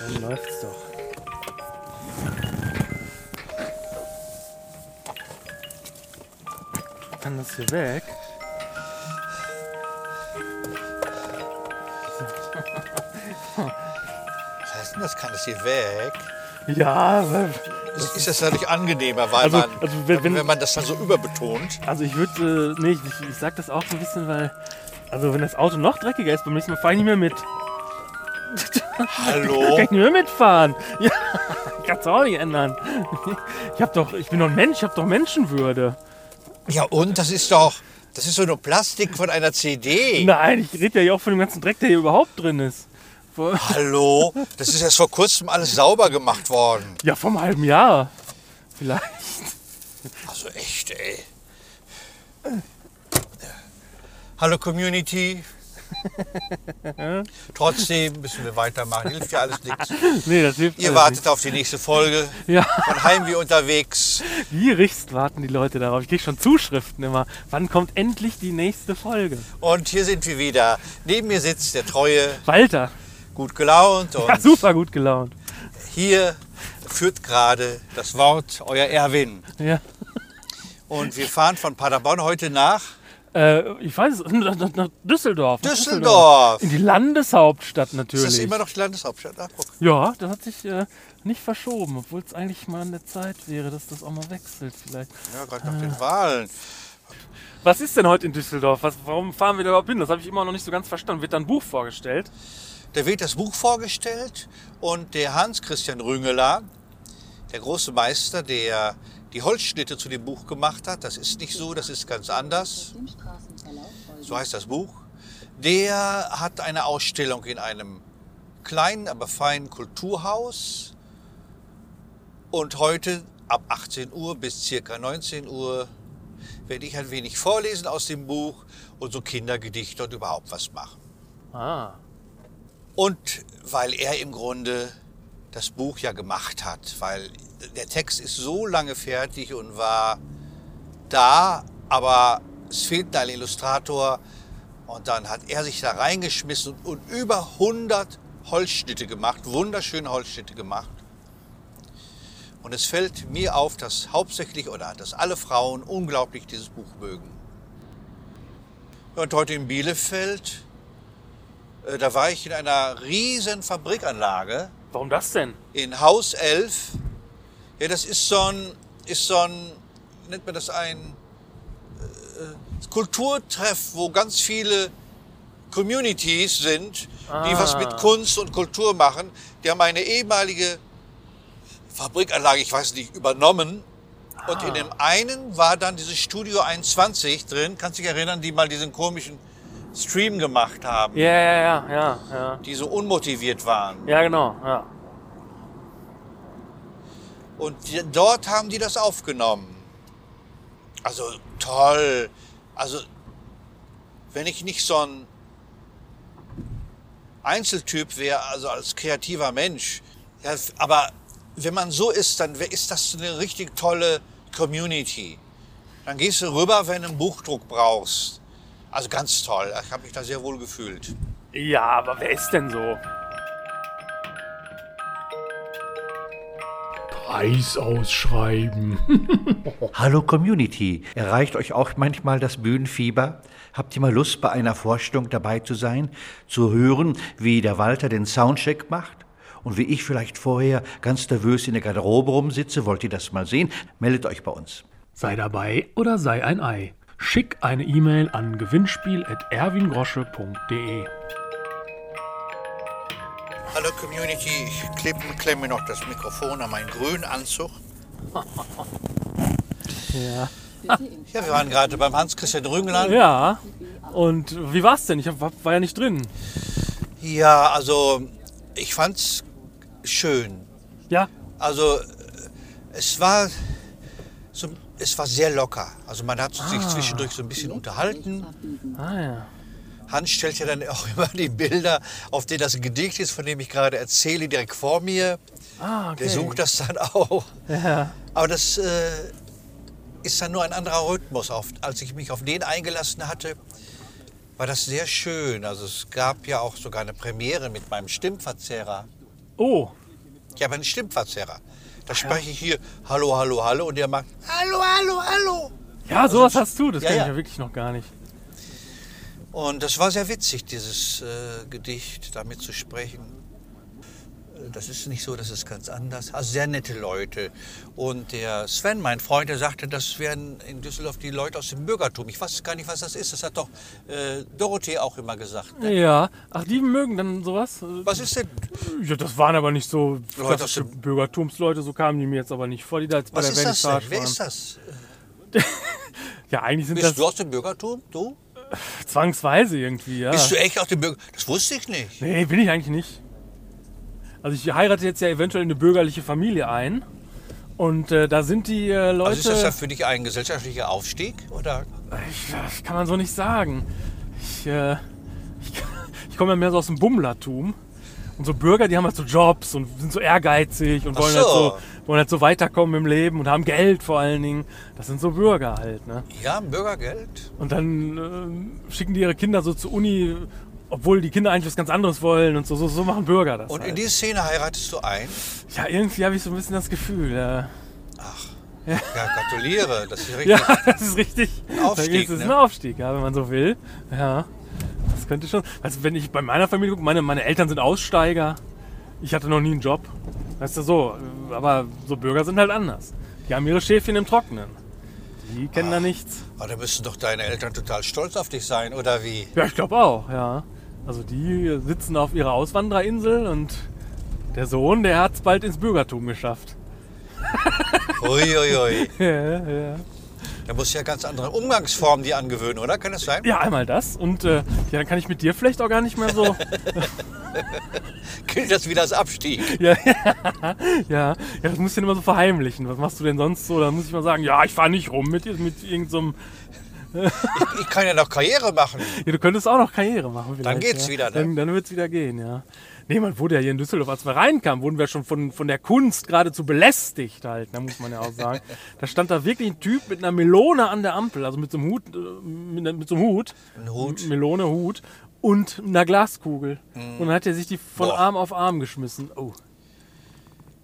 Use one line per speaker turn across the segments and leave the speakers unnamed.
Dann läuft's doch. Kann das hier weg?
Was heißt denn das? Kann das hier weg?
Ja, weil-
Ist ist das dadurch angenehmer, weil
Also-
man,
also wenn- wenn-
man das dann so überbetont,
also ich würde, äh, nee, ich, ich sag das auch so ein bisschen, weil, also wenn das Auto noch dreckiger ist beim nächsten Mal, fahre ich nicht mehr mit.
hallo,
Kann ich nicht mehr mitfahren? Ja, kannst du auch nicht ändern. Ich hab doch, ich bin doch ein Mensch, ich hab doch Menschenwürde.
ja und das ist doch, das ist so nur Plastik von einer CD.
Nein, ich rede ja hier auch von dem ganzen Dreck, der hier überhaupt drin ist. Vor-
Hallo, das ist erst vor kurzem alles sauber gemacht worden.
Ja, vom halben Jahr. Vielleicht.
Also echt, ey. Hallo Community. Trotzdem müssen wir weitermachen. Hilft ja alles nichts.
Nee, das hilft
Ihr
alles
wartet auf die nächste Folge
nicht. Ja,
von Heimweh unterwegs.
gierigst warten die Leute darauf. Ich krieg schon Zuschriften immer. Wann kommt endlich die nächste Folge?
Und hier sind wir wieder. Neben mir sitzt der treue,
Walter,
gut gelaunt. Und
ja, super gut gelaunt.
hier führt gerade das Wort euer Erwin.
Ja.
Und wir fahren von Paderborn heute nach
Äh, ich weiß es, nach, nach, nach Düsseldorf. nach
Düsseldorf.
In die Landeshauptstadt natürlich.
Ist das immer noch die Landeshauptstadt? Ach, guck.
Ja, das hat sich äh, nicht verschoben, obwohl es eigentlich mal an der Zeit wäre, dass das auch mal wechselt vielleicht.
Ja, gerade nach den Wahlen.
Was ist denn heute in Düsseldorf? Was, warum fahren wir da überhaupt hin? Das habe ich immer noch nicht so ganz verstanden. Wird da ein Buch vorgestellt?
Da wird das Buch vorgestellt und der Hans-Christian Rüngeler, der große Meister, der die Holzschnitte zu dem Buch gemacht hat, das ist nicht so, das ist ganz anders,
Im Straßenverlauf folgen
so heißt das Buch, der hat eine Ausstellung in einem kleinen, aber feinen Kulturhaus und heute ab 18 Uhr bis circa 19 Uhr werde ich ein wenig vorlesen aus dem Buch und so Kindergedichte und überhaupt was machen.
Ah.
Und weil er im Grunde das Buch ja gemacht hat, weil der Text ist so lange fertig und war da, aber es fehlte ein Illustrator. Und dann hat er sich da reingeschmissen und, und über 100 Holzschnitte gemacht, wunderschöne Holzschnitte gemacht. Und es fällt mir auf, dass hauptsächlich oder dass alle Frauen unglaublich dieses Buch mögen. Und heute in Bielefeld äh, da war ich in einer riesen Fabrikanlage
Warum das denn?
in Haus 11. Ja, das ist so ein, ist so ein nennt man das ein äh, Kulturtreff, wo ganz viele Communities sind, die
Ah.
was mit Kunst und Kultur machen. Die haben eine ehemalige Fabrikanlage, ich weiß nicht, übernommen. Und
Ah.
in dem einen war dann dieses Studio 21 drin. Kannst dich erinnern, die mal diesen komischen Stream gemacht haben,
Ja, ja, ja, ja, ja.
die so unmotiviert waren.
Ja, genau, ja.
Und die- dort haben die das aufgenommen. Also toll. Also wenn ich nicht so ein Einzeltyp wäre, also als kreativer Mensch. Ja, f- aber wenn man so ist, dann wär- ist das eine richtig tolle Community. Dann gehst du rüber, wenn du einen Buchdruck brauchst. Also ganz toll. Ich habe mich da sehr wohl gefühlt.
Ja, aber wer ist denn so?
Preis ausschreiben.
Hallo Community, erreicht euch auch manchmal das Bühnenfieber? Habt ihr mal Lust, bei einer Vorstellung dabei zu sein, zu hören, wie der Walter den Soundcheck macht? Und wie ich vielleicht vorher ganz nervös in der Garderobe rumsitze, wollt ihr das mal sehen? Meldet euch bei uns.
Sei dabei oder sei ein Ei. Schick eine E-Mail an gewinnspiel.erwingrosche.de.
Hallo Community, ich kleb- klemme noch das Mikrofon an meinen grünen Anzug.
Ja.
bitte in
Ja, wir waren gerade beim Hans-Christian Rüngland. Ja.
Ja. Und wie war's denn? Ich hab, war ja nicht drin.
also ich fand's schön.
Ja.
Also äh, es war so, es war sehr locker. Also man hat sich zwischendurch so ein bisschen unterhalten.
Ah ja.
Hans stellt ja dann auch immer die Bilder, auf denen das Gedicht ist, von dem ich gerade erzähle, direkt vor mir.
Ah, okay.
Der sucht das dann auch. Aber das äh, ist dann nur ein anderer Rhythmus. Auf, als ich mich auf den eingelassen hatte, war das sehr schön. Also es gab ja auch sogar eine Premiere mit meinem Stimmverzerrer.
Oh,
Ich habe einen Stimmverzerrer. Da spreche ich hier Hallo, Hallo, Hallo und der macht Hallo, Hallo, Hallo.
ja, sowas hast du. Das
Ja,
kann
ja.
Also ich ja wirklich noch gar nicht.
Und das war sehr witzig, dieses äh, Gedicht, damit zu sprechen. Äh, Das ist nicht so, das ist ganz anders. Also sehr nette Leute. Und der Sven, mein Freund, der sagte, das wären in Düsseldorf die Leute aus dem Bürgertum. Ich weiß gar nicht, was das ist. Das hat doch äh, Dorothee auch immer gesagt.
Ja, ach, die mögen dann sowas.
Was ist denn,
Ja, das waren aber nicht so
Leute aus
klassische
dem-
Bürgertumsleute, so kamen die mir jetzt aber nicht vor, die da jetzt bei
was
der
ist das denn?
Vernissage
Wer
waren.
ist das?
Ja, eigentlich sind
Bist
das
du aus dem Bürgertum? Du?
zwangsweise irgendwie, ja.
Bist du echt aus dem Bürgertum? Das wusste ich nicht.
Nee, bin ich eigentlich nicht. Also ich heirate jetzt ja eventuell in eine bürgerliche Familie ein. Und äh, da sind die äh, Leute.
Also ist das dann für dich ein gesellschaftlicher Aufstieg? Oder?
Ich, das kann man so nicht sagen. Ich, äh, ich, ich komme ja mehr so aus dem Bummlertum. Und so Bürger, die haben halt so Jobs und sind so ehrgeizig und
Ach
wollen, halt
so.
so, wollen halt so weiterkommen im Leben und haben Geld vor allen Dingen. Das sind so Bürger halt, ne?
Ja, Bürgergeld?
Und dann ähm, schicken die ihre Kinder so zur Uni, obwohl die Kinder eigentlich was ganz anderes wollen und so, so, so machen Bürger das.
Und in
halt.
diese Szene heiratest du ein?
ja, irgendwie habe ich so ein bisschen das Gefühl. Äh,
Ja, gratuliere. Das ist richtig.
Ja, das ist richtig.
Aufstieg,
Das ist ein
ne?
Aufstieg, ja, wenn man so will. Ja, das könnte schon. Also wenn ich bei meiner Familie gucke, meine, meine Eltern sind Aussteiger. Ich hatte noch nie einen Job. Weißt du, so. Aber so Bürger sind halt anders. Die haben ihre Schäfchen im Trocknen. Die kennen da nichts.
Aber da müssen doch deine Eltern total stolz auf dich sein, oder wie?
Ja, ich glaube auch, ja. Also die sitzen auf ihrer Auswandererinsel und der Sohn, der hat es bald ins Bürgertum geschafft.
Uiuiui.
Ja, ja.
Da muss ja ganz andere Umgangsformen die angewöhnen, oder? Kann das sein?
Ja, einmal das. Und äh, ja, dann kann ich mit dir vielleicht auch gar nicht mehr so.
Gilt das wieder als Abstieg?
Ja, ja, ja, das musst du denn immer so verheimlichen. Was machst du denn sonst so? Da muss ich mal sagen, ja, ich fahre nicht rum mit, mit irgendeinem. So einem-
Ich kann ja noch Karriere machen.
ja, du könntest auch noch Karriere machen. Vielleicht,
geht's
ja.
wieder, ne?
Dann, dann wird's wieder gehen, ja. Nee, man wurde ja hier in Düsseldorf, als wir reinkamen, wurden wir schon von, von der Kunst geradezu belästigt halt, da muss man ja auch sagen. Da stand da wirklich ein Typ mit einer Melone an der Ampel, also mit so einem Hut, äh, mit, einer- mit so einem Hut.
Ein Hut. Mhm.
M- Melone, Hut und einer Glaskugel. Und dann hat er sich die von
Boah.
Arm auf Arm geschmissen. Oh.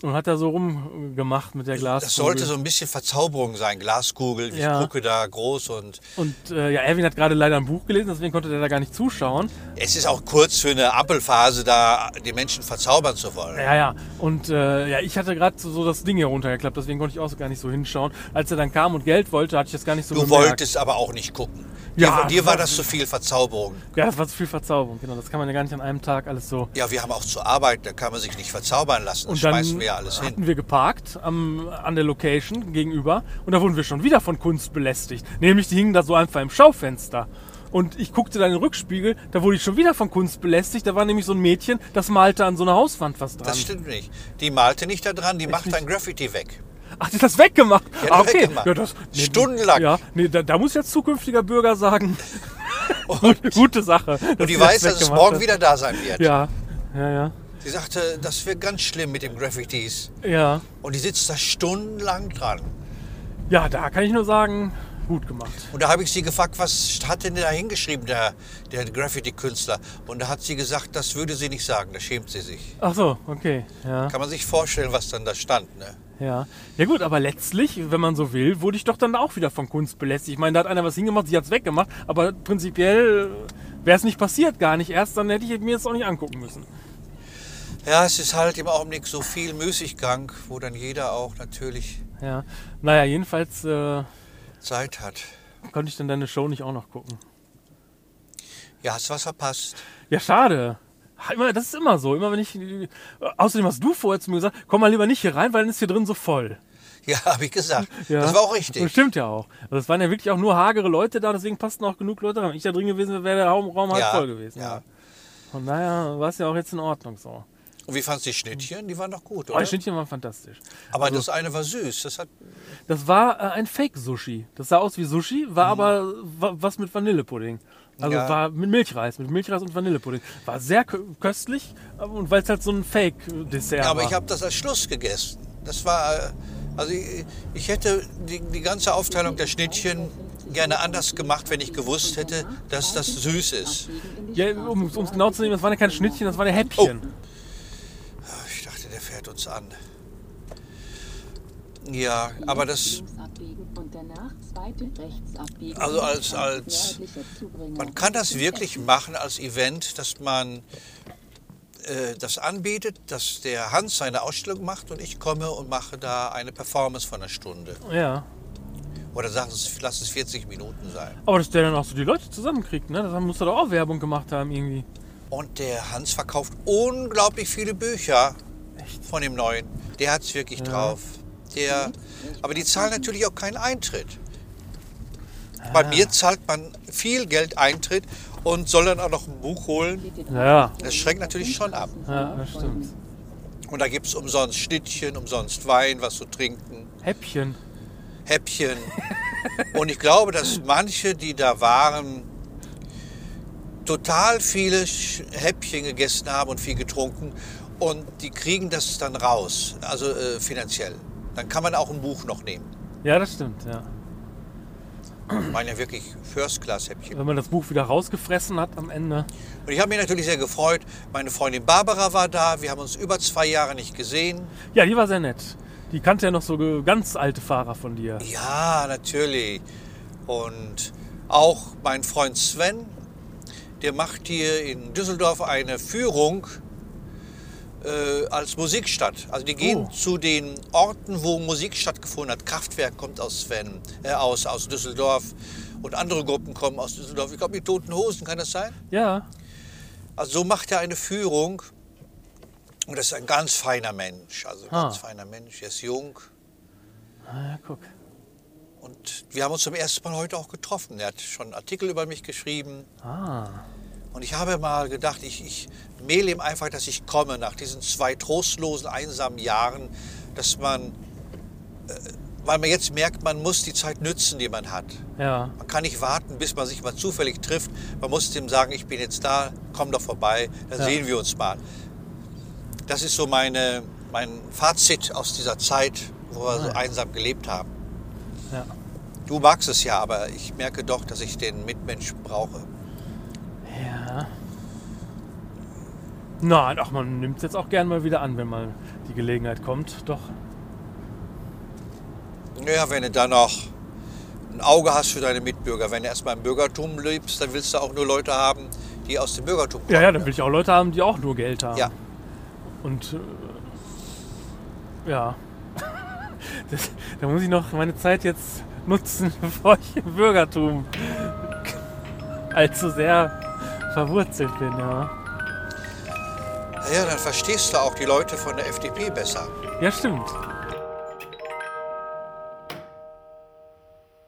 Und hat da so rumgemacht mit der Glaskugel.
Das sollte so ein bisschen Verzauberung sein. Glaskugel, ich
Ja.
gucke da groß und
Und äh, ja, Erwin hat gerade leider ein Buch gelesen, deswegen konnte der da gar nicht zuschauen.
es ist auch kurz für eine Ampelphase, da die Menschen verzaubern zu wollen.
Ja, ja. Und äh, ja, ich hatte gerade so, so das Ding hier runtergeklappt, deswegen konnte ich auch so gar nicht so hinschauen. Als er dann kam und Geld wollte, hatte ich das gar nicht so
Du
gemerkt.
wolltest aber auch nicht gucken.
Ja,
dir, dir war
das-
das zu viel Verzauberung.
Ja, das war zu viel Verzauberung, genau. Das kann man ja gar nicht an einem Tag alles so.
Ja, wir haben auch zu arbeiten, da kann man sich nicht verzaubern lassen.
Und
da
dann
schmeißen wir ja alles hin.
hatten wir geparkt am, an der Location gegenüber und da wurden wir schon wieder von Kunst belästigt. Nämlich, die hingen da so einfach im Schaufenster. Und ich guckte da in den Rückspiegel, da wurde ich schon wieder von Kunst belästigt. Da war nämlich so ein Mädchen, das malte an so einer Hauswand was dran.
Das stimmt nicht. Die malte nicht da dran, die macht
nicht?
dann Graffiti weg.
Ach, die hat das weggemacht.
hat
ah,
das
okay.
weggemacht.
Ja, das, nee,
Stundenlang.
Ja, nee, da, da muss jetzt zukünftiger Bürger sagen, gute, gute Sache. dass
Und die
sie
weiß, dass es
weggemacht
morgen
hat.
wieder da sein wird.
Ja, ja, ja.
Sie sagte, das wäre ganz schlimm mit dem Graffitis.
Ja,
Und die sitzt da stundenlang dran.
ja da kann ich nur sagen, gut gemacht.
Und da habe ich sie gefragt, was hat denn da hingeschrieben, der, der Graffiti-Künstler? Und da hat sie gesagt, das würde sie nicht sagen, da schämt sie sich.
Ach so, okay. Ja,
Kann man sich vorstellen, was dann da stand, ne?
ja. Ja, gut, aber letztlich, wenn man so will, wurde ich doch dann auch wieder von Kunst belästigt. Ich meine, da hat einer was hingemacht, sie hat es weggemacht, aber prinzipiell wäre es nicht passiert, gar nicht erst, dann hätte ich mir das auch nicht angucken müssen.
Ja, es ist halt im Augenblick so viel Müßiggang, wo dann jeder auch natürlich
Ja. Naja, jedenfalls äh,
Zeit hat.
konnte ich dann deine Show nicht auch noch gucken.
Ja, hast was verpasst.
Ja, schade. Ha, Immer, das ist immer so. Immer wenn ich. äh, Außerdem hast du vorher zu mir gesagt, komm mal lieber nicht hier rein, weil dann ist hier drin so voll.
Ja, habe ich gesagt.
Ja.
Das war auch
Das
richtig.
stimmt ja auch. Also es waren ja wirklich auch nur hagere Leute da, deswegen passten auch genug Leute rein. Wenn ich da drin gewesen wäre, wäre der Raum, Raum halb
Ja,
voll gewesen.
ja.
Von daher war es ja auch jetzt in Ordnung so.
Und wie fandst du die Schnittchen? Die waren doch gut,
Oh,
oder?
die Schnittchen waren fantastisch.
Aber
Also
das eine war süß. Das hat,
Das war äh, ein Fake-Sushi. Das sah aus wie Sushi, war aber wa- was mit Vanillepudding. Also
Mhm. Ja.
war mit Milchreis, mit Milchreis und Vanillepudding. War sehr kö- köstlich äh, und weil es halt so ein Fake-Dessert war.
aber ich habe das als Schluss gegessen. Das war, äh, also ich, ich hätte die, die ganze Aufteilung der Schnittchen gerne anders gemacht, wenn ich gewusst hätte, dass das süß ist.
um Ja, um es genau zu nehmen, das waren ja keine Schnittchen, das waren ja Häppchen.
Ich fährt uns an. Ja, aber das,
Links abbiegen und danach zweite rechts abbiegen.
Also als- als-
Nördlicher Zubringer.
man kann das wirklich machen als Event, dass man äh, das anbietet, dass der Hans seine Ausstellung macht und ich komme und mache da eine Performance von einer Stunde.
Ja.
Oder sagen Sie, lass es 40 Minuten sein.
Aber dass der dann auch so die Leute zusammenkriegt, ne? Da muss er doch auch Werbung gemacht haben irgendwie.
Und der Hans verkauft unglaublich viele Bücher von dem Neuen. Der hat es wirklich drauf. Der, aber die zahlen natürlich auch keinen Eintritt. Bei mir zahlt man viel Geld Eintritt und soll dann auch noch ein Buch holen.
Ja,
Das schränkt natürlich schon ab.
ja, das stimmt.
Und da gibt es umsonst Schnittchen, umsonst Wein, was zu trinken,
Häppchen.
Häppchen. Und ich glaube, dass manche, die da waren, total viele Sch- Häppchen gegessen haben und viel getrunken. Und die kriegen das dann raus, also äh, finanziell. Dann kann man auch ein Buch noch nehmen.
Ja, das stimmt, ja.
Ich meine ja wirklich First-Class-Häppchen.
Wenn man das Buch wieder rausgefressen hat am Ende.
Und ich habe mich natürlich sehr gefreut. Meine Freundin Barbara war da. Wir haben uns über zwei Jahre nicht gesehen.
Ja, die war sehr nett. Die kannte ja noch so ge- ganz alte Fahrer von dir.
Ja, natürlich. Und auch mein Freund Sven, der macht hier in Düsseldorf eine Führung äh, als Musikstadt. Also die gehen
Oh.
zu den Orten, wo Musik stattgefunden hat. Kraftwerk kommt aus Sven, äh, aus, aus Düsseldorf und andere Gruppen kommen aus Düsseldorf. Ich glaube, die Toten Hosen, kann das sein?
Ja,
Also so macht er eine Führung. Und das ist ein ganz feiner Mensch. Also ein
Ah.
ganz feiner Mensch. Er ist jung.
ah, ja guck.
Und wir haben uns zum ersten Mal heute auch getroffen. Er hat schon einen Artikel über mich geschrieben.
Ah,
Und ich habe mal gedacht, ich, ich mail ihm einfach, dass ich komme nach diesen zwei trostlosen, einsamen Jahren, dass man, äh, weil man jetzt merkt, man muss die Zeit nützen, die man hat.
ja.
Man kann nicht warten, bis man sich mal zufällig trifft. Man muss dem sagen, ich bin jetzt da, komm doch vorbei, dann
Ja.
sehen wir uns mal. Das ist so meine, mein Fazit aus dieser Zeit, wo wir so einsam gelebt haben.
Ja.
Du magst es ja, aber ich merke doch, dass ich den Mitmensch brauche.
Ja. Nein, ach, man nimmt es jetzt auch gern mal wieder an, wenn mal die Gelegenheit kommt. Doch.
Naja, wenn du dann noch ein Auge hast für deine Mitbürger, wenn du erstmal im Bürgertum lebst, dann willst du auch nur Leute haben, die aus dem Bürgertum kommen.
Ja, ja, dann will ich auch Leute haben, die auch nur Geld haben.
Ja.
Und äh, ja. Das, da muss ich noch meine Zeit jetzt nutzen, bevor ich im Bürgertum allzu sehr verwurzelt bin, ja.
Ja, dann verstehst du auch die Leute von der FDP besser.
Ja, stimmt.